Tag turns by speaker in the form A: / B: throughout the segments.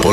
A: Pour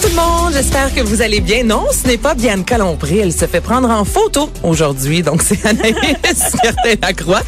B: Tout le monde, j'espère que vous allez bien. Non, ce n'est pas Bianca Lompré. Elle se fait prendre en photo aujourd'hui. Donc, c'est Anaïs Gertin-Lacroix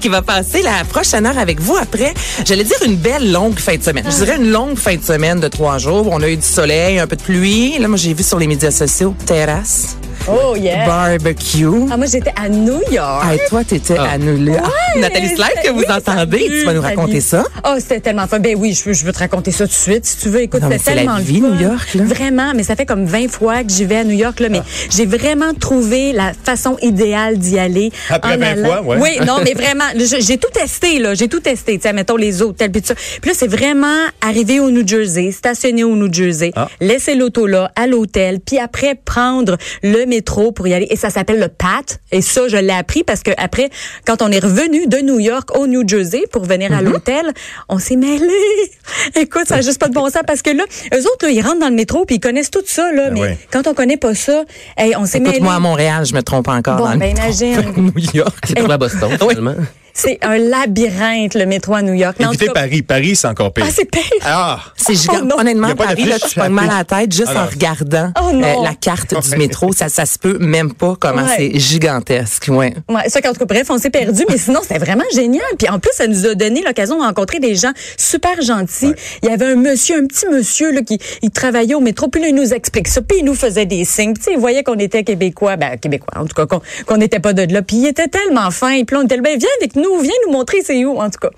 B: qui va passer la prochaine heure avec vous après, j'allais dire une belle longue fin de semaine. Je dirais une longue fin de semaine de trois jours. On a eu du soleil, un peu de pluie. Là, moi, j'ai vu sur les médias sociaux, terrasse,
C: Oh yeah!
B: barbecue.
C: Ah, moi, j'étais à New York.
B: Hey, toi, t'étais annulée. Ah, Nathalie Slide, que vous
C: Oui,
B: entendez,
C: salut,
B: tu vas nous
C: salut.
B: raconter ça.
C: Oh, c'était tellement fun. Ben oui, je veux, je veux te raconter ça tout de suite, si tu veux. Écoute,
B: Non, mais
C: c'était
B: c'est la
C: tellement le
B: vie,
C: fun.
B: New York, là. Ah.
C: Vraiment, mais ça fait comme 20 fois que j'y vais à New York, là, mais j'ai vraiment trouvé la façon idéale d'y aller.
D: Après
C: en
D: 20
C: allant-
D: fois, ouais.
C: Oui, non, mais vraiment, là, je- j'ai tout testé, là. J'ai tout testé, tu sais, mettons les hôtels, puis tout ça. Puis là, c'est vraiment arrivé au New Jersey, stationner au New Jersey,
D: Ah.
C: laisser l'auto là, à l'hôtel, puis après prendre le métro pour y aller. Et ça s'appelle le PAT. Et ça, je l'ai appris parce que après, quand on est revenu de New York au New Jersey pour venir
D: Mhm.
C: à l'hôtel, on s'est mêlé. Écoute, ça n'a juste pas de bon sens parce que là, eux autres, là, ils rentrent dans le métro puis ils connaissent tout ça, là.
D: Ben
C: mais
D: ouais.
C: quand on connaît pas ça, hey, on s'est mêlé.
B: Écoute-moi, à Montréal, je me trompe encore.
C: Bon,
B: dans le
C: ben, imagine.
B: New York.
E: C'est trop à Boston, finalement.
C: C'est un labyrinthe, le métro à New York. Mais en
D: Évitez
C: tout cas-
D: Paris. Paris, c'est encore pire.
C: Ah, c'est pire.
D: Ah!
B: C'est gigant.
C: Oh non.
D: Y
B: Honnêtement,
D: a pas de
B: Paris, là,
D: fiche
B: tu te pognes mal à la
D: à
B: tête juste
D: Ah
B: en
D: non.
B: regardant euh,
C: Oh non.
B: la carte du
D: Ouais.
B: métro. Ça, ça se peut même pas comment
C: Ouais. Oh
B: c'est gigantesque. Ouais.
C: Ouais, ça, en tout cas, bref, on s'est perdu, mais sinon, c'était vraiment génial. Puis en plus, ça nous a donné l'occasion de rencontrer des gens super gentils. Il y avait un monsieur, un petit monsieur, là, qui il travaillait au métro, puis là, il nous explique ça, puis il nous faisait des signes. Puis, tu sais, il voyait qu'on était Québécois, ben, Québécois, en tout cas, qu'on qu'on n'était pas de là. Puis il était tellement fin, puis là, on était, ben, viens avec nous, viens nous montrer c'est où, en tout cas.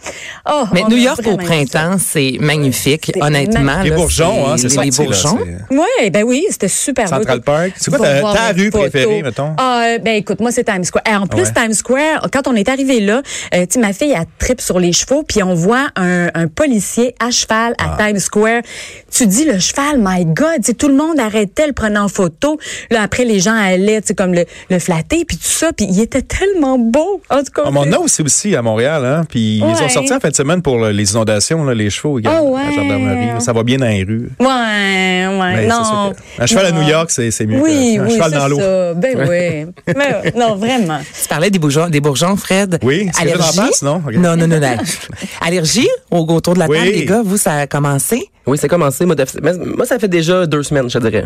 C: Oh,
B: Mais
C: on
B: New
C: a
B: York au
C: vraiment aimé ça.
B: printemps, c'est magnifique,
C: C'est
B: honnêtement.
D: Les
B: là,
D: bourgeons, hein, c'est
B: les-
D: ça.
B: Les bourgeons.
C: Oui, ben oui, c'était super beau.
D: Central Park. C'est quoi
C: Va
D: ta-
C: voir
D: ta
C: mes
D: rue
C: photos.
D: préférée, mettons?
C: Ah, euh, ben écoute, moi, c'est Times Square. Et en plus,
D: Ouais.
C: Times Square, quand on est arrivé là, euh, tu sais, ma fille, elle tripe sur les chevaux, puis on voit un, un policier à cheval à
D: Ah.
C: Times Square. Tu dis, le cheval, my God, tu sais, tout le monde arrêtait, le prenait en photo. Là, après, les gens allaient, tu sais, comme le, le flatter, puis tout ça, puis il était tellement beau. En tout cas,
D: On en a aussi, Ah, aussi à Montréal, hein. Puis ils
C: Ouais.
D: ont sorti en fin de semaine pour là, les inondations, là, les chevaux également,
C: Ah ouais.
D: à la gendarmerie. là. Ça va bien dans les rues.
C: Ouais, ouais,
D: Mais Ben, c'est
C: non.
D: sûr que- Un cheval
C: Non.
D: à New York, c'est c'est mieux.
C: Oui,
D: qu'un
C: oui,
D: cheval
C: c'est
D: dans l'eau.
C: ça. Ben oui. Mais, non, vraiment.
B: Tu parlais des bourgeons, des bourgeons Fred.
D: Oui, c'est
B: Allergie?
D: juste en face, non? Ok.
B: Non, non, non, non. Allergie au, autour de la table,
D: Oui.
B: les gars, vous, ça a commencé?
E: Oui, c'est commencé. Moi, def- mais- moi, ça fait déjà deux semaines, je te dirais.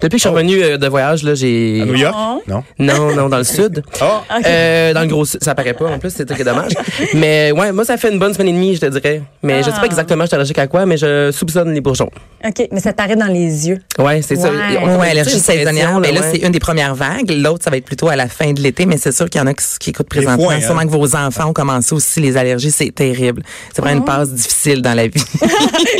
E: Depuis que je suis revenu euh, de voyage,
D: Oh.
E: là,
D: À New
E: j'ai.
D: York? Non.
E: Non, non, dans le sud.
D: Ah!
E: Euh, dans le gros sud. Ça paraît pas, en plus, c'est très dommage. mais ouais, moi, ça fait une bonne semaine et demie, je te dirais. Mais je sais
B: Ah.
E: pas exactement, je suis allergique à quoi, mais je soupçonne les bourgeons.
C: OK, mais ça t'arrête dans les yeux.
E: Ouais, c'est ça.
C: Ouais.
E: On- on-
B: Oui,
E: on-
B: allergie
E: c'est une pression,
B: saisonnière. Mais là,
E: ouais.
B: c'est une des premières vagues. L'autre, ça va être plutôt à la fin de l'été, mais c'est sûr qu'il y en a qui, qui écoutent
D: Les
B: présentement.
D: foins, hein.
B: Sûrement que vos enfants ont commencé aussi les allergies. C'est terrible. C'est vraiment une passe difficile dans la vie.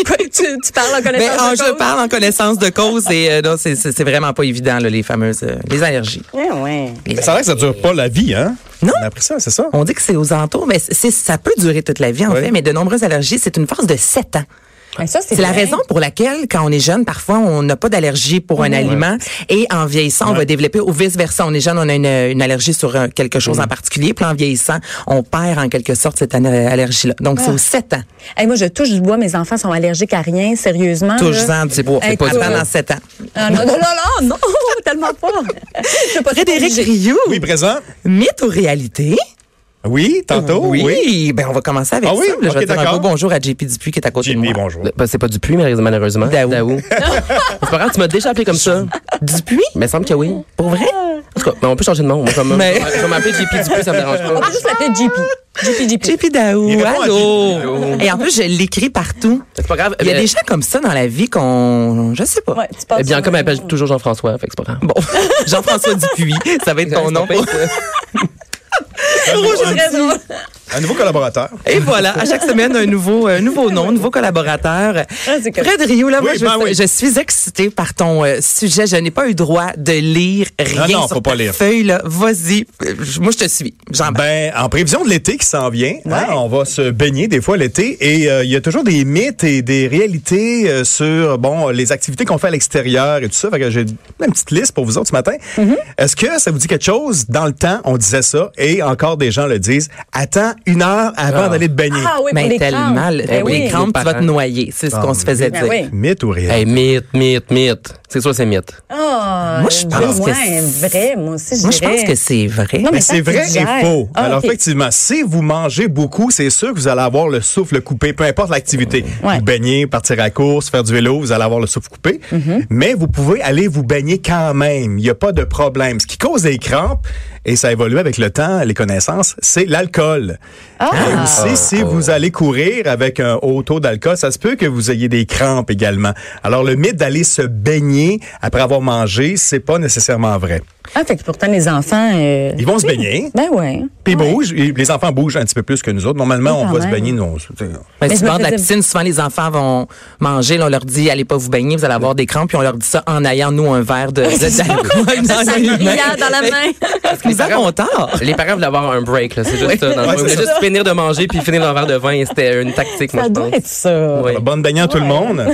C: Quoi, tu, tu parles en
B: Mais
C: connaissance
B: en-
C: de
B: je
C: cause?
B: parle en connaissance de cause et euh, non, c'est- c'est c'est vraiment pas évident, là, les fameuses euh, les allergies.
C: Eh ouais.
B: Les
D: Ça a l'air que ça dure pas la vie, hein?
B: Non.
D: On a appris ça, c'est ça?
B: On dit que c'est aux alentours, mais c'est- ça peut durer toute la vie, en
D: Oui.
B: fait, mais de nombreuses allergies, c'est une force de 7 ans.
C: Ben, ça,
B: C'est la
C: vrai.
B: raison pour laquelle, quand on est jeune, parfois, on n'a pas d'allergie pour un aliment. Et en vieillissant, on va développer, ou vice-versa, on est jeune, on a une, une allergie sur euh, quelque chose en particulier. Puis en vieillissant, on perd en quelque sorte cette an- euh, allergie-là. Donc,
C: Ah.
B: c'est aux 7 ans.
C: Hey, moi, je touche du bois. Mes enfants sont allergiques à rien, sérieusement. Ah, là.
B: Touche-en du bois.
C: Hey,
B: C'est pas
C: toi.
B: avant dans 7 ans.
C: Ah, non, non, non, non, non, tellement pas. Je veux pas
B: Frédéric
C: t'obliger.
B: Rioux,
D: Oui, présent?
B: mythe ou réalité?
D: Oui, tantôt?
B: oui. Ben, on va commencer avec
D: Ah oui?
B: ça. Là, je
D: Ok,
B: vais dire un
D: d'accord.
B: beau bonjour à JP Dupuis qui est à côté de
D: Jimmy,
B: moi.
D: bonjour.
E: Bah, c'est pas Dupuis, mais- malheureusement.
B: Daou.
E: c'est pas grave, tu m'as déjà appelé comme ça.
B: Dupuis?
E: Mais il semble que oui.
B: Pour vrai?
E: En tout cas, ben, on peut changer de nom. Moi, comme,
B: Mais-
E: Je vais m'appeler JP Dupuis, ça me dérange
C: On
E: pas.
C: peut juste l'appeler JP. JP, JP.
B: JP Daou,
D: Il répond à
B: allô? Et en plus, je l'écris partout.
E: C'est pas grave.
B: Il y a
E: Euh,
B: des gens comme ça dans la vie qu'on... Je sais pas.
C: Ouais, tu passes
E: Eh bien,
C: sur
E: comme
C: le-
E: m'appelle toujours Jean-François, fait que c'est pas grave.
B: Bon, Jean-François Dupuis, ça va être ton nom.
E: C'est pas pire, ça.
B: Rouge
C: Très drôle.
D: Un nouveau collaborateur.
B: Et voilà, à chaque semaine, un nouveau, un nouveau nom, un nouveau collaborateur.
C: Ah, c'est cool.
B: Fred Rioux, là, moi,
D: Oui,
B: je,
D: ben oui.
B: je suis excitée par ton euh, sujet. Je n'ai pas eu droit de lire rien
D: non,
B: sur
D: faut pas
B: ta
D: lire.
B: feuille, là. Vas-y. Euh, je- Moi, je te suis. J'en
D: Ben, en prévision de l'été qui s'en vient, hein, on va se baigner des fois l'été et euh, il y a toujours des mythes et des réalités euh, sur bon les activités qu'on fait à l'extérieur et tout ça. Fait que j'ai une petite liste pour vous autres ce matin. Est-ce que ça vous dit quelque chose Dans le temps, on disait ça et encore des gens le disent. Attends une heure avant
E: Ah.
D: d'aller te baigner.
C: Ah oui, pour
B: Ben,
C: les
B: tellement.
C: crampes.
B: le-
C: Ben
B: les
C: oui.
B: crampes, tu vas te
E: Parents.
B: noyer. C'est ce qu'on se faisait
C: Ben
B: dire.
C: oui.
D: Mythe ou réel
E: Hey, mythe, mythe, mythe. C'est sûr, c'est mythe.
C: Ah,
B: Moi, je pense que
C: ouais,
B: c'est-
C: vrai. Moi aussi, je
B: Moi, je pense
C: dirais.
B: que c'est vrai.
C: Non,
D: Mais
C: ça,
D: Ben, c'est
C: tu
D: vrai
C: digères.
D: et faux.
C: Ah,
D: Alors,
C: ok.
D: effectivement, si vous mangez beaucoup, c'est sûr que vous allez avoir le souffle coupé, peu importe l'activité.
C: Ouais.
D: Vous baignez, partir à la course, faire du vélo, vous allez avoir le souffle coupé.
C: Mm-hmm.
D: Mais vous pouvez aller vous baigner quand même. Il n'y a pas de problème. Ce qui cause des crampes, et ça évolue avec le temps, les connaissances, c'est l'alcool.
C: Ah!
D: Et aussi, si vous allez courir avec un haut taux d'alcool, ça se peut que vous ayez des crampes également. Alors, le mythe d'aller se baigner après avoir mangé, c'est pas nécessairement vrai.
C: Ah, fait que pourtant, les enfants. euh,
D: Ils vont se baigner.
C: Ben ouais.
D: Puis ils bougent, et les enfants bougent un petit peu plus que nous autres. Normalement,
C: Oui,
D: on
C: quand
D: va se
C: même.
D: baigner. nous, on se- t'sais,
B: Ben,
C: Mais je
B: souvent,
C: me
B: de la
C: faisais-
B: piscine, souvent, les enfants vont manger. là, on leur dit, allez pas vous baigner, vous allez avoir des crampes. Puis on leur dit ça en ayant, nous, un verre de, de- d'alcool dans
C: Ça
B: les mains.
C: brillait dans la main.
B: Parce que nous avons tort.
E: Les parents voulaient avoir un break, là. C'est juste ça. Dans le
D: Ouais,
E: fond, ils voulaient
D: c'est
E: juste finir de manger puis finir leur verre de vin. C'était une tactique, moi,
C: Ça
E: je
C: doit
E: pense.
C: être ça.
E: Oui.
D: Bonne baignée à tout le monde.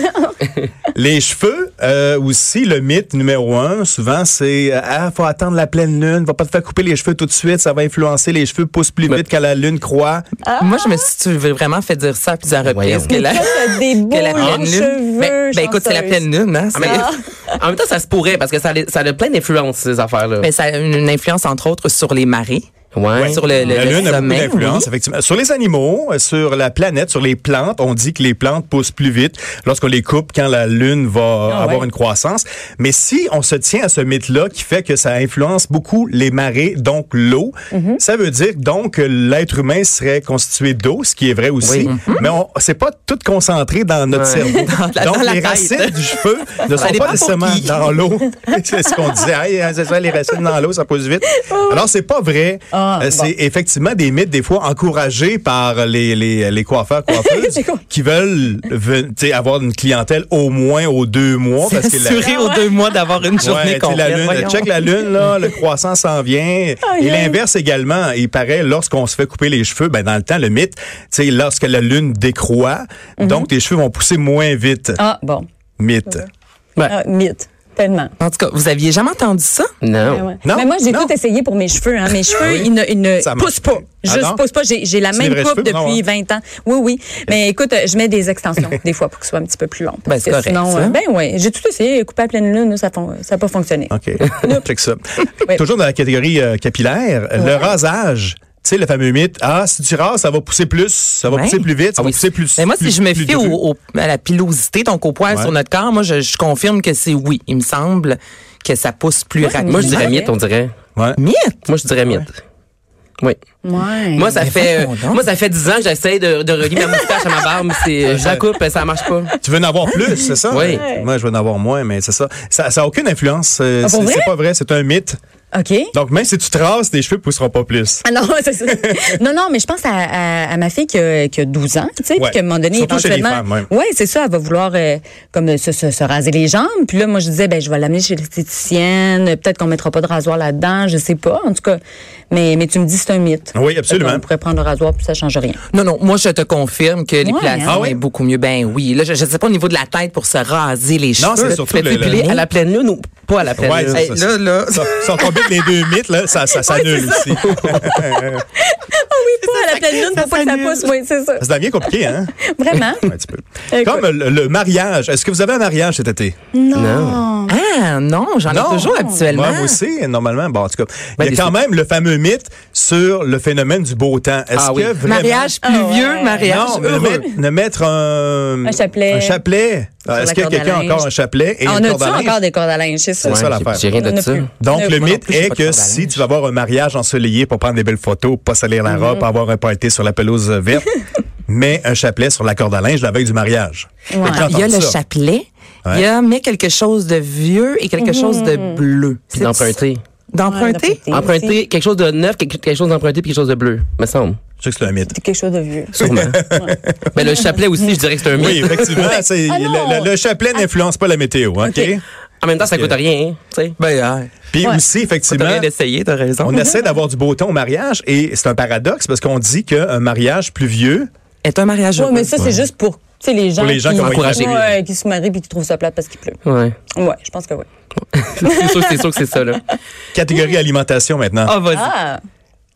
D: les cheveux, euh, aussi, le mythe numéro un, souvent, c'est euh, Ah, faut attendre la pleine lune, va pas te faire couper les cheveux tout de suite, ça va influencer, les cheveux poussent plus vite quand la lune croît.
C: Ah.
B: Moi, je me suis tu veux vraiment fait dire ça à plusieurs
D: Ben,
E: Voyons.
B: reprises. Que la,
C: Toi, t'as des beaux
B: que la pleine
C: longs
B: lune.
C: cheveux.
B: Ben, ben, écoute, c'est la
C: chanceuse.
B: pleine lune. Hein,
E: Ah,
B: c'est-
E: mais- En même temps, ça se pourrait parce que ça, a- ça a plein d'influences, ces affaires-là.
B: Mais ben, ça a une une influence, entre autres, sur les marées.
E: Ouais.
B: Sur le, le-
D: la
B: le
D: lune a beaucoup
B: sommeil,
D: d'influence, effectivement. Sur les animaux, euh, sur la planète, sur les plantes, on dit que les plantes poussent plus vite lorsqu'on les coupe quand la lune va
C: Ah,
D: avoir
C: ouais.
D: une croissance. Mais si on se tient à ce mythe-là qui fait que ça influence beaucoup les marées, donc l'eau,
B: Mhm.
D: ça veut dire donc que l'être humain serait constitué d'eau, ce qui est vrai aussi. Mais on, c'est pas tout concentré dans notre
E: Ouais.
D: cerveau.
B: Mhm. Dans la-
D: donc
B: dans la
D: les
B: tête.
D: racines du cheveu ne
B: Ça
D: sont
B: dépend
D: pas
B: pour
D: nécessairement
B: qui.
D: dans l'eau. c'est ce qu'on disait. Hey, hein, c'est ça, les racines dans l'eau, ça pousse vite. Alors c'est pas vrai.
C: Ah,
D: Euh,
C: bon.
D: c'est effectivement des mythes, des fois encouragés par les, les, les coiffeurs, coiffeuses,
C: Les coiffeurs.
D: qui veulent ve- tu sais, avoir une clientèle au moins aux deux mois. Parce que la,
B: Assuré
C: Ah,
B: aux deux mois d'avoir une
D: Ouais,
B: journée
D: tu sais, la
B: complète.
D: lune,
B: voyons.
D: check la lune, là, le croissant s'en vient. Et
C: yeah.
D: l'inverse également, il paraît, lorsqu'on se fait couper les cheveux, ben, dans le temps, le mythe, tu sais, lorsque la lune décroît, donc tes cheveux vont pousser moins vite.
C: Mhm. Ah, bon.
D: Mythe.
C: Ah, mythe. Tellement.
B: En tout cas, vous aviez jamais entendu ça?
C: Ah
E: Non.
C: ouais.
D: Non,
C: mais moi, j'ai
D: non. Ah
C: tout essayé pour mes cheveux. Hein. Mes cheveux, ils ne, ils ne
D: Ça marche
C: poussent pas.
D: plus. Ah
C: Juste
D: non?
C: poussent pas. J'ai j'ai la
D: C'est des
C: même
D: vrais
C: coupe
D: cheveux, non,
C: depuis 20 ans. Oui, oui. Mais écoute, euh, je mets des extensions des fois pour que ce soit un petit peu plus long.
B: Ben,
C: Parce
B: c'est
C: que
B: correct,
C: sinon,
B: ça.
C: euh, ben oui. J'ai tout essayé. Couper à pleine lune, ça n'a ça a pas fonctionné.
D: OK. Check ça. Toujours dans la catégorie euh, capillaire, le rasage. Tu sais, le fameux mythe, ah, si tu rases, ça va pousser plus, ça va
B: Ouais.
D: pousser plus vite, ça
B: Ah
D: va
B: oui.
D: pousser plus
B: Mais moi, si
D: plus-
B: je me
D: plus
B: fie
D: doux.
B: au- au- à la pilosité, donc au poil
D: Ouais.
B: sur notre corps, moi, je, je confirme que c'est oui. Il me semble que ça pousse plus rapidement.
E: Moi, je dirais mythe, on dirait.
D: Ouais.
B: Mythe!
E: Moi, je dirais mythe. Oui.
C: Ouais.
E: Moi, ça
B: Mais
E: fait,
B: voyons
E: euh,
B: donc.
E: moi, ça fait 10 ans que j'essaye de, de relier ma moustache à ma barbe. mais C'est, je la coupe, ça marche pas.
D: Tu veux en
B: Ah,
D: avoir plus, c'est ça?
E: Oui.
D: Moi, je veux en avoir moins, mais c'est ça. Ça n'a aucune influence. euh,
C: Ah,
D: c'est
C: pour vrai?
D: c'est pas vrai, c'est un mythe.
C: OK.
D: Donc, même si tu te rases, tes cheveux pousseront pas plus.
C: Ah non, c'est ça. non, non, mais je pense à, à- à ma fille qui a, qui a 12 ans, tu sais,
D: Ouais.
C: puis qu'à un moment donné,
D: Surtout chez les
C: éventuellement.
D: femmes,
C: ouais, c'est ça, elle va vouloir euh, comme se, se- se raser les jambes. Puis là, moi, je disais, ben, je vais l'amener chez l'esthéticienne. Peut-être qu'on mettra pas de rasoir là-dedans, je sais pas. En tout cas, mais, mais tu me dis c'est un mythe.
D: Oui, absolument.
C: On pourrait prendre le rasoir, puis ça change rien.
B: Non, non, moi, je te confirme que l'épilation
C: hein?
D: Ah oui?
B: est beaucoup mieux. Ben oui. Là, je, je sais pas au niveau de la tête pour se raser les cheveux.
D: Non, c'est
B: Tu
D: surtout
B: fais
D: le- le-
B: épiler
E: À la pleine lune ou pas à la pleine
D: Ouais,
E: lune?
D: c'est
E: Hey,
D: ça,
B: là, là.
D: Ça, ça combine les deux mythes, là, ça, ça s'annule aussi.
C: Pas à la pleine lune,
B: ça
C: faut pas que ça
B: s'annule.
C: pousse. Oui, c'est ça.
D: Ça devient compliqué, hein?
C: Vraiment?
D: Un petit peu. Comme le, le mariage. Est-ce que vous avez un mariage cet été?
C: Non.
B: Ah, non, j'en ai toujours habituellement.
D: Ouais, Moi aussi, normalement. Bon, en tout cas,
B: Ben,
D: il
B: des
D: y a quand
B: fois.
D: même le fameux mythe sur le phénomène du beau temps. Est-ce
E: Ah
D: que
E: oui.
D: vraiment...
B: Mariage
E: Ah
B: pluvieux,
C: ouais.
B: mariage
D: Non, mais de
B: heureux.
D: mettre, de mettre un,
C: Un chapelet.
D: un chapelet.
C: Sur
D: Est-ce
C: la
D: qu'il y a
C: corde à
D: quelqu'un
C: linge.
D: encore un chapelet et
C: Ah,
D: une
C: on
D: corde à
C: a-tu
D: linge?
C: encore des cordes à linge, c'est ça?
D: Ouais. ça,
E: j'ai-
D: l'affaire.
E: J'ai rien
C: On en
E: de
C: a
E: ça.
C: plus.
D: Donc,
C: Neuf.
D: le
B: Moi non
D: mythe
B: plus, j'ai
D: est
B: pas de
D: que
B: corde à
D: si
B: linge.
D: tu vas avoir un mariage ensoleillé pour prendre des belles photos, pas salir
C: Mhm.
D: la robe, pas avoir un party sur la pelouse verte, mets un chapelet sur la corde à linge la veille du mariage. Fait que
B: Il
D: j'ai
B: y a
D: entendu
B: le
D: ça.
B: chapelet. Il y a, mais quelque chose de vieux et
E: Mhm.
B: quelque chose de bleu.
E: Puis d'emprunter.
C: Ah,
B: D'emprunter?
C: d'emprunter. Et
E: Emprunter quelque chose de neuf, quelque quelque chose d'emprunté puis quelque chose de bleu, me semble.
D: Je sais que c'est un mythe.
C: C'est quelque chose de vieux.
E: Sûrement. Mais le chapelet aussi, je dirais que c'est un mythe.
D: Oui, effectivement, c'est-
C: Ah non.
D: le, le- le chapelet n'influence pas la météo, hein, OK?
E: En même temps, ça coûte rien, hein, tu sais.
B: Ben, ah,
D: Puis
C: Ouais.
D: aussi,
E: T'as
D: effectivement,
E: rien d'essayer, t'as raison.
D: on
C: Mhm.
D: essaie d'avoir du beau temps au mariage et c'est un paradoxe parce qu'on dit qu'un mariage plus vieux,
B: est un mariage.
C: Oui, mais ça, c'est juste pour, tu sais, les gens,
D: Pour les gens qui ont
E: encouragé.
C: Ouais, euh, qui se marient puis qui trouvent ça plate parce qu'il pleut.
E: Ouais.
C: Ouais, je pense que oui.
E: c'est sûr, c'est sûr que c'est ça, là.
D: catégorie alimentation maintenant.
E: Ah, vas-y.
C: Mhm. Ah,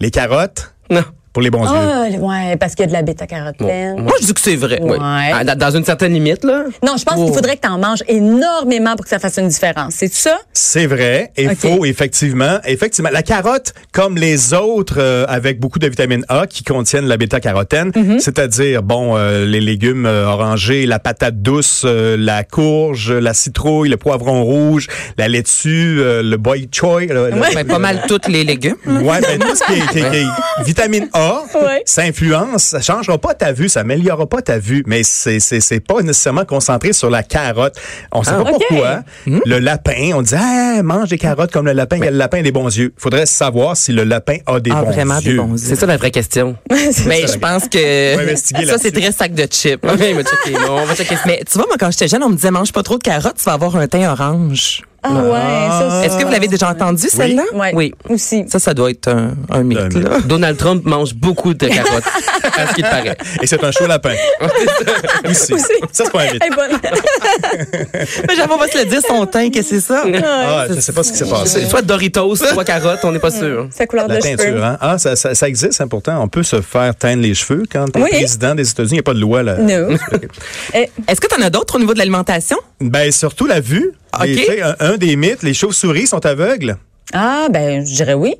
D: Les carottes
E: Non.
D: pour les bons yeux.
C: ah ouais, parce qu'il y a de la bêta-carotène.
E: Moi, je dis que c'est vrai.
C: Ouais.
E: oui. Ah, Dans dans une certaine limite, là.
C: Non, je pense
E: Oh.
C: qu'il faudrait que tu en manges énormément pour que ça fasse une différence. C'est ça?
D: C'est vrai et
C: OK.
D: faux, effectivement. Effectivement, la carotte, comme les autres euh, avec beaucoup de vitamine A qui contiennent la bêta-carotène,
C: Mhm.
D: c'est-à-dire, bon, euh, les légumes euh, orangés, la patate douce, euh, la courge, la citrouille, le poivron rouge, la laitue, euh, le boy choy. le- le-
B: Ben, pas mal toutes les légumes.
D: Ouais, ben, tout ce qui est, qui est- qui est vitamine A,
C: Ouais.
D: ça influence, ça changera pas ta vue, ça améliorera pas ta vue, mais c'est c'est c'est pas nécessairement concentré sur la carotte. On sait pas
C: ok.
D: pourquoi. Le lapin, on dit ah, mange des carottes comme le lapin, il y a le lapin a des bons yeux. Faudrait savoir si le lapin a des
B: Ah,
D: bons
B: vraiment
D: yeux.
B: des bons yeux.
E: C'est ça la vraie question.
B: Mais je pense
D: va
B: que
D: investiguer
B: ça, c'est
D: là-dessus.
B: très sac de chips.
E: OK, on va checker. non, on va checker ça.
B: Mais tu vois, moi, quand j'étais jeune, on me disait, mange pas trop de carottes, tu vas avoir un teint orange.
C: Ah ouais, ça aussi.
B: Est-ce que vous l'avez déjà entendu, celle-là?
C: Ouais. Aussi.
B: Ça, ça doit être un, un mythe,
D: Un mythe.
B: là.
E: Donald Trump mange beaucoup de carottes, à ce qu'il paraît.
D: Et c'est un chaud lapin. Aussi. Ça c'est pas un mythe.
C: Eh, bonne.
B: Mais j'avoue, on va se le dire, son teint, que c'est ça?
D: Ah, je sais pas ce qui s'est passé.
E: C'est soit Doritos, soit carottes, on n'est pas sûr.
C: Sa couleur
D: La
C: de
D: teinture,
C: cheveux.
D: hein? Ah, ça, ça, ça existe, hein, pourtant. On peut se faire teindre les cheveux quand t'es
C: Oui.
D: président des États-Unis. Il n'y a pas de loi, là.
C: Non. Eh,
B: Est-ce que t'en as d'autres au niveau de l'alimentation?
D: Ben, surtout la vue.
B: Ok.
D: Et, tu sais, un, un des mythes, les chauves-souris sont aveugles.
C: Ah, ben, je dirais oui.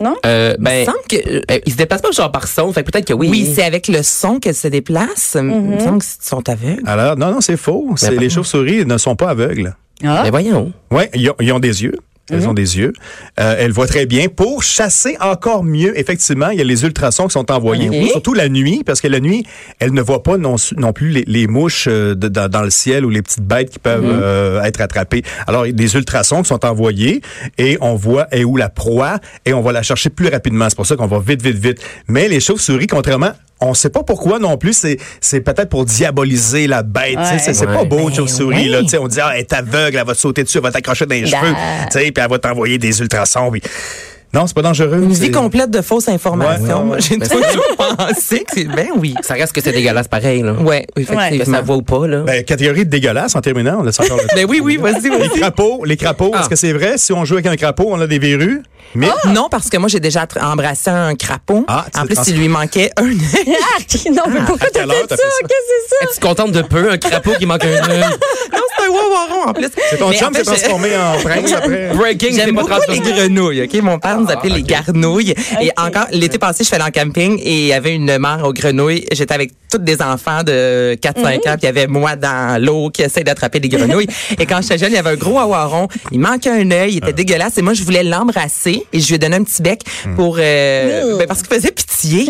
C: Non?
E: Euh,
B: Il me
E: ben,
B: semble que...
E: euh, il se déplace pas genre par son, fait que peut-être que oui.
B: Oui, c'est avec le son qu'elles se déplacent. Il me semble qu'ils sont aveugles.
D: Alors, non, non, c'est faux. C'est-
E: pardon.
D: les chauves-souris ne sont pas aveugles.
C: Ah.
E: Mais voyons.
D: Oui, ils, ont- ils ont des yeux. Elles
C: Mhm.
D: ont des yeux. Euh, elles voient très bien. Pour chasser encore mieux, effectivement, il y a les ultrasons qui sont envoyés,
C: Ok.
D: surtout la nuit, parce que la nuit, elles ne voient pas non, su- non plus les, les mouches euh, de- dans, dans le ciel ou les petites bêtes qui peuvent
C: Mhm.
D: euh, être attrapées. Alors, il y a des ultrasons qui sont envoyés et on voit est où la proie et on va la chercher plus rapidement. C'est pour ça qu'on va vite, vite, vite. Mais les chauves-souris, contrairement... On ne sait pas pourquoi non plus, c'est c'est peut-être pour diaboliser la bête. tu sais,
C: Ouais.
D: C'est c'est pas
E: Ouais.
D: beau une chauve-souris.
B: ouais. Ben,
D: là, tu sais, on dit, ah, elle est aveugle, elle va te sauter dessus, elle va t'accrocher
B: Ben.
D: dans les
C: Bah.
D: cheveux, tu sais, puis elle va t'envoyer des ultrasons. puis- Non, c'est pas dangereux.
B: Une
D: Ah, c'est-
B: vie complète de fausses informations.
D: Ouais, ouais, ouais.
B: J'ai
E: Ben,
B: toujours pensé que c'est... Ben oui.
E: Ça reste que c'est dégueulasse pareil, là.
B: Ouais,
E: Que
B: effectivement.
E: ça voit ou pas, là.
D: Ben, catégorie de dégueulasse en terminant, on laisse encore le temps.
B: Ben oui, oui, vas-y,
D: Les
B: vas-y.
D: crapauds, les crapauds,
B: Ah.
D: est-ce que c'est vrai? Si on joue avec un crapaud, on a des verrues. Mais
B: Non, parce que moi, j'ai déjà attra- embrassé un crapaud.
D: Ah, tu
B: en
D: l'as
B: plus,
D: trans-
B: il lui manquait un œil.
C: Arc! Non, mais pourquoi
D: à
C: t'as
D: quelle heure
C: fait
D: t'as
C: ça?
D: fait
C: Qu'est-ce
D: ça?
C: que c'est ça?
E: Tu te contentes de peu, un crapaud qui manque un œil.
B: Non, c'est un wawaron, en plus.
D: c'est ton
B: Mais en
D: chum
B: fait,
D: s'est
B: je-
D: transformé en prince après.
E: Breaking, c'est
B: J'aime
E: pas
B: beaucoup les
E: transformé.
B: grenouilles, Ah, OK? Mon père nous appelait les garnouilles. Et encore, l'été passé, je suis allée en camping et il y avait une mare aux grenouilles. J'étais avec toutes des enfants de 4-5 ans, puis il y avait moi dans l'eau qui essaye d'attraper des grenouilles. et quand j'étais jeune, il y avait un gros awaron. Il manquait un œil, il était dégueulasse. Et moi, je voulais l'embrasser et je lui ai donné un petit bec pour... euh, ben, parce qu'il faisait pitié.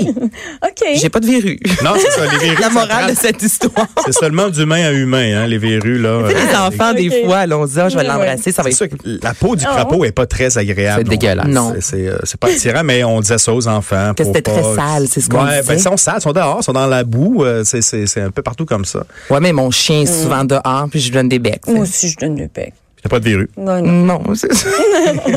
B: J'ai
C: OK.
B: pas de verrue.
D: Non, c'est ça, les verrues.
B: La
D: ça
B: morale de
D: attrape.
B: cette histoire.
D: C'est seulement d'humain à humain, hein, les verrues, là.
B: Tu sais,
D: euh,
B: les enfants, des
C: Ok.
B: fois, allons-y, ah, je vais
C: Ouais,
B: l'embrasser, ça va
D: C'est
B: être
D: sûr que la peau du crapaud est pas très agréable.
E: C'est dégueulasse.
B: Ah Non.
D: C'est- C'est euh, c'est pas attirant, mais on disait ça aux enfants.
B: Que
D: pour
B: c'était
D: pas-
B: très sale, c'est ce qu'on
D: ouais,
B: disait.
D: Ben, ils sont sales, ils sont dehors, ils sont dans la boue. euh, c'est- C'est c'est un peu partout comme ça.
B: Ouais, mais mon chien est souvent dehors, puis je lui donne des becs. tu sais.
C: Mm. Moi aussi, je donne du bec.
D: T'as pas de verrues.
C: Non, non.
B: Non, c'est ça.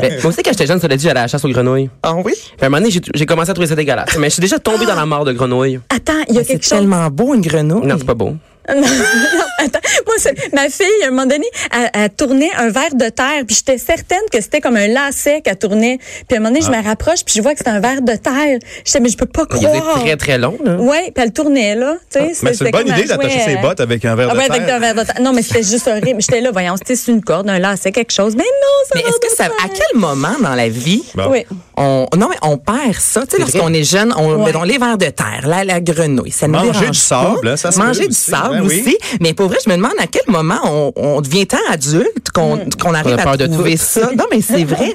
E: Ben, moi aussi, quand j'étais jeune, ça l'a dit, à la chasse aux grenouilles.
B: Ah oui?
E: Puis à un moment donné, j'ai- j'ai commencé à trouver ça dégueulasse. Mais je suis déjà tombé dans la mort de grenouilles.
C: Attends, il y a
B: C'est
C: quelque chose.
B: tellement beau, une grenouille.
E: Non, c'est pas beau.
C: Attends, moi, c'est- ma fille, à un moment donné, elle, elle tournait un verre de terre, puis j'étais certaine que c'était comme un lacet qu'elle tournait. Puis à un moment donné,
D: Ah.
C: je me rapproche, puis je vois que c'est un verre de terre. J'étais, mais je peux pas
E: Il est
C: croire.
E: très, très long, là.
C: Ouais, puis elle tournait, là. Tu sais,
D: Ah, Mais
C: c'était-
D: c'est une
C: c'était
D: bonne
C: comme
D: idée
C: elle
D: d'attacher
C: jouait,
D: ses
C: euh,
D: bottes avec un verre
B: hein.
C: Ah
D: de
C: ouais,
D: terre.
C: avec un verre de terre. Non, mais c'était juste un rythme. J'étais là, voyons, c'était sur une corde, un lacet, quelque chose. Mais non, ça
B: Mais est-ce que ça, à quel moment dans la vie,
E: Ben,
D: Bon.
C: Oui.
B: on, non, mais on perd ça? Tu sais, lorsqu'on est jeune, on,
C: Ouais.
B: mettons, les vers de terre, là, la grenouille, ça nous
D: Manger
B: dérange
D: du sable,
B: pas.
D: hein, ça se
B: Manger
D: peut
B: du
D: aussi,
B: sable
D: ben oui.
B: aussi. Mais pour vrai, je me demande à quel moment on, on devient tant adulte qu'on, qu'on arrive
E: peur
B: à
E: de
B: trouver
E: tout.
B: ça. Non, mais c'est vrai.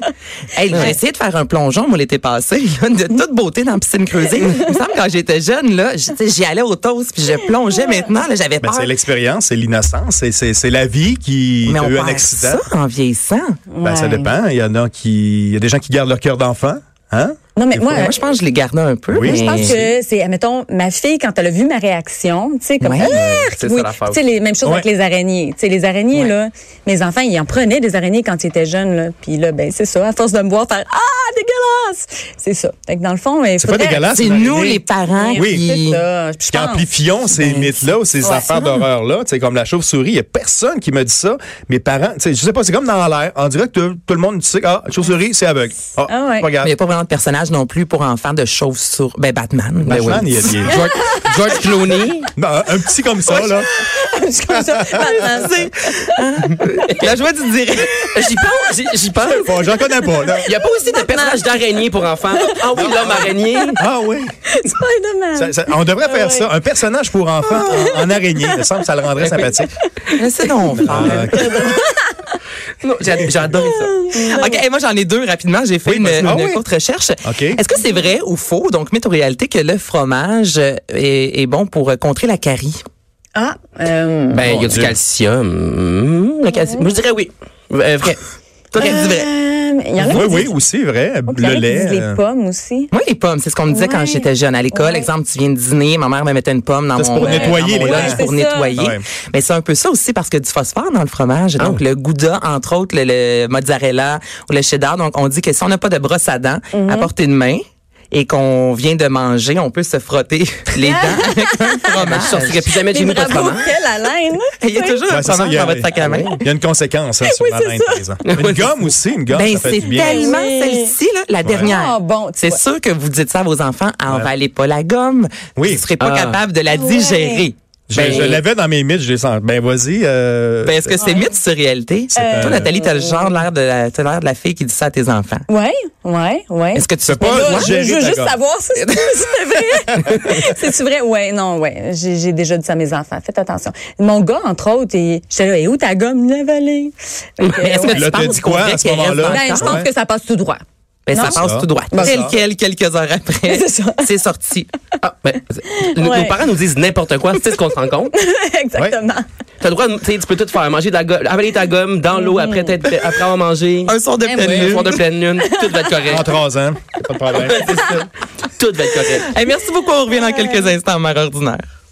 B: Hey, j'ai essayé de faire un plongeon, moi, l'été passé, là, de toute beauté dans la piscine creusée. Il me semble, quand j'étais jeune, là, j- tu sais, j'y allais au toast, puis je plongeais maintenant, là, j'avais
D: Ben,
B: peur.
D: c'est l'expérience, c'est l'innocence, c'est- c'est c'est la vie qui
B: Ah. mais
D: a
B: on
D: eu un
B: perd
D: accident.
B: ça en vieillissant.
D: Ben, ça
C: Ouais.
D: dépend. Il y en a qui, il y a des gens qui gardent leur cœur d'enfant, hein?
C: Non, mais moi, euh,
B: Moi, je pense que je les gardais un peu.
D: Oui.
B: mais-
C: Je pense que c'est, admettons, ma fille, quand elle a vu ma réaction, tu sais, comme,
B: Ouais.
C: Ah,
E: C'est
C: oui.
E: ça l'affaire
C: Tu sais, les mêmes choses
D: Ouais.
C: avec les araignées. Tu sais, les araignées, là, mes enfants, ils en prenaient des araignées quand ils étaient jeunes, là. Puis là, ben, c'est ça, à force de me voir faire, ah, dégueulasse! C'est ça. Fait que dans le fond, il
D: Ah, C'est pas
C: faudrait- Ah,
D: dégueulasse.
B: C'est
D: une
B: nous,
D: araignée.
B: les parents,
D: Oui.
B: qui...
C: C'est ça. Je pense.
D: Qui
C: Ben,
D: amplifions ces mythes-là ou ces affaires d'horreur-là. Tu sais, comme la chauve-souris, il n'y a personne qui me dit ça. Mes parents, tu sais, je sais pas, c'est comme dans l'air. En direct, tout tout le monde sait que ah, chauve-souris, c'est aveugle. Ah,
C: Ah ouais.
D: c'est pas grave.
B: Mais il n'y a pas vraiment de personnage non plus pour enfants de chauve-souris. Ben, Batman. Ben
D: Batman,
B: oui.
D: il y a des-
E: George, George Clooney.
D: Non, un- un petit comme ça, là.
C: Je suis comme ça. Maintenant, c'est-
E: La joie du direct. J'y pense. j'y- J'y pense.
D: Bon, j'en connais pas, là.
E: Il n'y a pas aussi de personnage d'araignée pour enfants. Ah oui, l'homme araignée.
D: Ah oui.
C: Spider-Man.
D: Ça- ça- on devrait
C: Ah,
D: faire ça. Un personnage pour enfants en, en araignée. Il me semble que ça le rendrait sympathique.
B: Laissez donc faire.
D: Ah, ok.
E: Non, j'a- J'ai adoré ça.
B: OK, et moi j'en ai deux rapidement. J'ai fait
D: Oui,
B: une,
D: vas-y.
B: une
D: Ah oui.
B: courte recherche.
D: OK.
B: Est-ce que c'est vrai ou faux, donc mythe ou réalité, que le fromage euh, est, est bon pour euh, contrer la carie?
C: Ah, euh,
E: Ben, il y a du
D: Dieu.
E: calcium. Mmh, le calcium. Moi, je dirais oui. Euh, vrai. Toi, t'as dit vrai.
C: euh, il y en a
D: oui,
C: qui
D: oui,
C: disent-
D: aussi, vrai.
C: il y en a
D: Le
C: qui
D: lait.
C: disent les
D: euh,
C: pommes aussi.
B: Moi, les pommes, c'est ce qu'on me disait quand
C: Ouais.
B: j'étais jeune à l'école.
C: Ouais.
B: Exemple, tu viens de dîner, ma mère me mettait une pomme dans
D: Ça, c'est
B: mon
D: pour
B: euh,
D: nettoyer
B: dans mon
D: les
B: lunch
D: dents.
B: pour
C: C'est ça.
B: nettoyer.
D: Ouais. Ah
B: Mais c'est un peu ça aussi parce que du phosphore dans le fromage, donc le gouda entre autres, le, le mozzarella ou le cheddar. Donc on dit que si on n'a pas de brosse à dents
C: Mhm.
B: à portée de main et qu'on vient de manger, on peut se frotter les dents avec un
E: Ben, je
B: fromage.
E: sortirai plus jamais de chez
C: Mais
E: nous pas de
C: bravo,
E: fromage.
C: quelle haleine!
B: Il y a toujours
D: ouais,
B: un
D: c'est ça,
B: fromage
D: il y a- Ah
B: dans votre sac à main.
D: Il y a une conséquence hein, sur la
C: c'est
D: main,
C: ça.
D: par exemple. Une gomme aussi, une gomme,
B: Ben,
D: ça fait
B: c'est
D: du bien.
B: tellement
C: Oui.
B: celle-ci, là, la dernière.
C: Ah, bon, tu
B: c'est
C: vois.
B: sûr que vous dites ça à vos enfants, ah, envalez pas la gomme.
D: Oui.
B: Vous serez pas
E: Ah.
B: capable de la digérer.
D: Je, je l'avais dans mes mythes, je les sens. Ben, vas-y. euh,
B: Ben, est-ce que c'est mythe ou c'est réalité?
C: Euh,
B: Toi, Nathalie, t'as le genre l'air de la, t'as l'air de la fille qui dit ça à tes enfants.
C: Ouais, ouais, ouais.
B: Est-ce que tu
D: C'est pas-
C: Là,
D: Moi,
C: je
D: gérer
C: veux
D: ta
C: juste
D: gomme.
C: savoir si c'est si c'est vrai. C'est-tu vrai? Ouais, non, ouais. J'ai j'ai déjà dit ça à mes enfants. Faites attention. Mon gars, entre autres, il- j'étais là, et où ta gomme? Il l'a avalée. Fait que,
B: Mais est-ce que
C: ouais.
B: tu
D: Là, t'as
B: penses
D: dit quoi
B: qu'on dirait
D: à ce
B: qu'elle reste
D: moment-là?
B: dans le
C: Ben, je
B: temps?
C: pense
D: Ouais.
C: que ça passe tout droit.
B: Ben, ça
C: Non?
B: passe
D: Ça.
B: tout droit.
D: Ben,
B: Tel
D: ça.
B: quel, quelques heures après,
C: C'est ça.
B: c'est sorti.
E: Ah, ben, nos-
C: Ouais.
E: Nos parents nous disent n'importe quoi, c'est ce qu'on se rend compte.
C: Exactement.
E: T'as le droit, de- tu sais, tu peux tout faire, manger de la gomme, avaler ta gomme dans l'eau après, t'être-
C: Mm.
E: après avoir mangé.
B: Un son de
C: Eh
B: pleine
C: ouais.
E: Un
B: lune.
E: soir de pleine lune, tout va être
D: En
C: Ah.
E: correct.
D: trois ans, pas de problème.
E: C'est ça. Tout va être correct.
B: Eh, merci beaucoup. On revient dans quelques instants, mère ordinaire.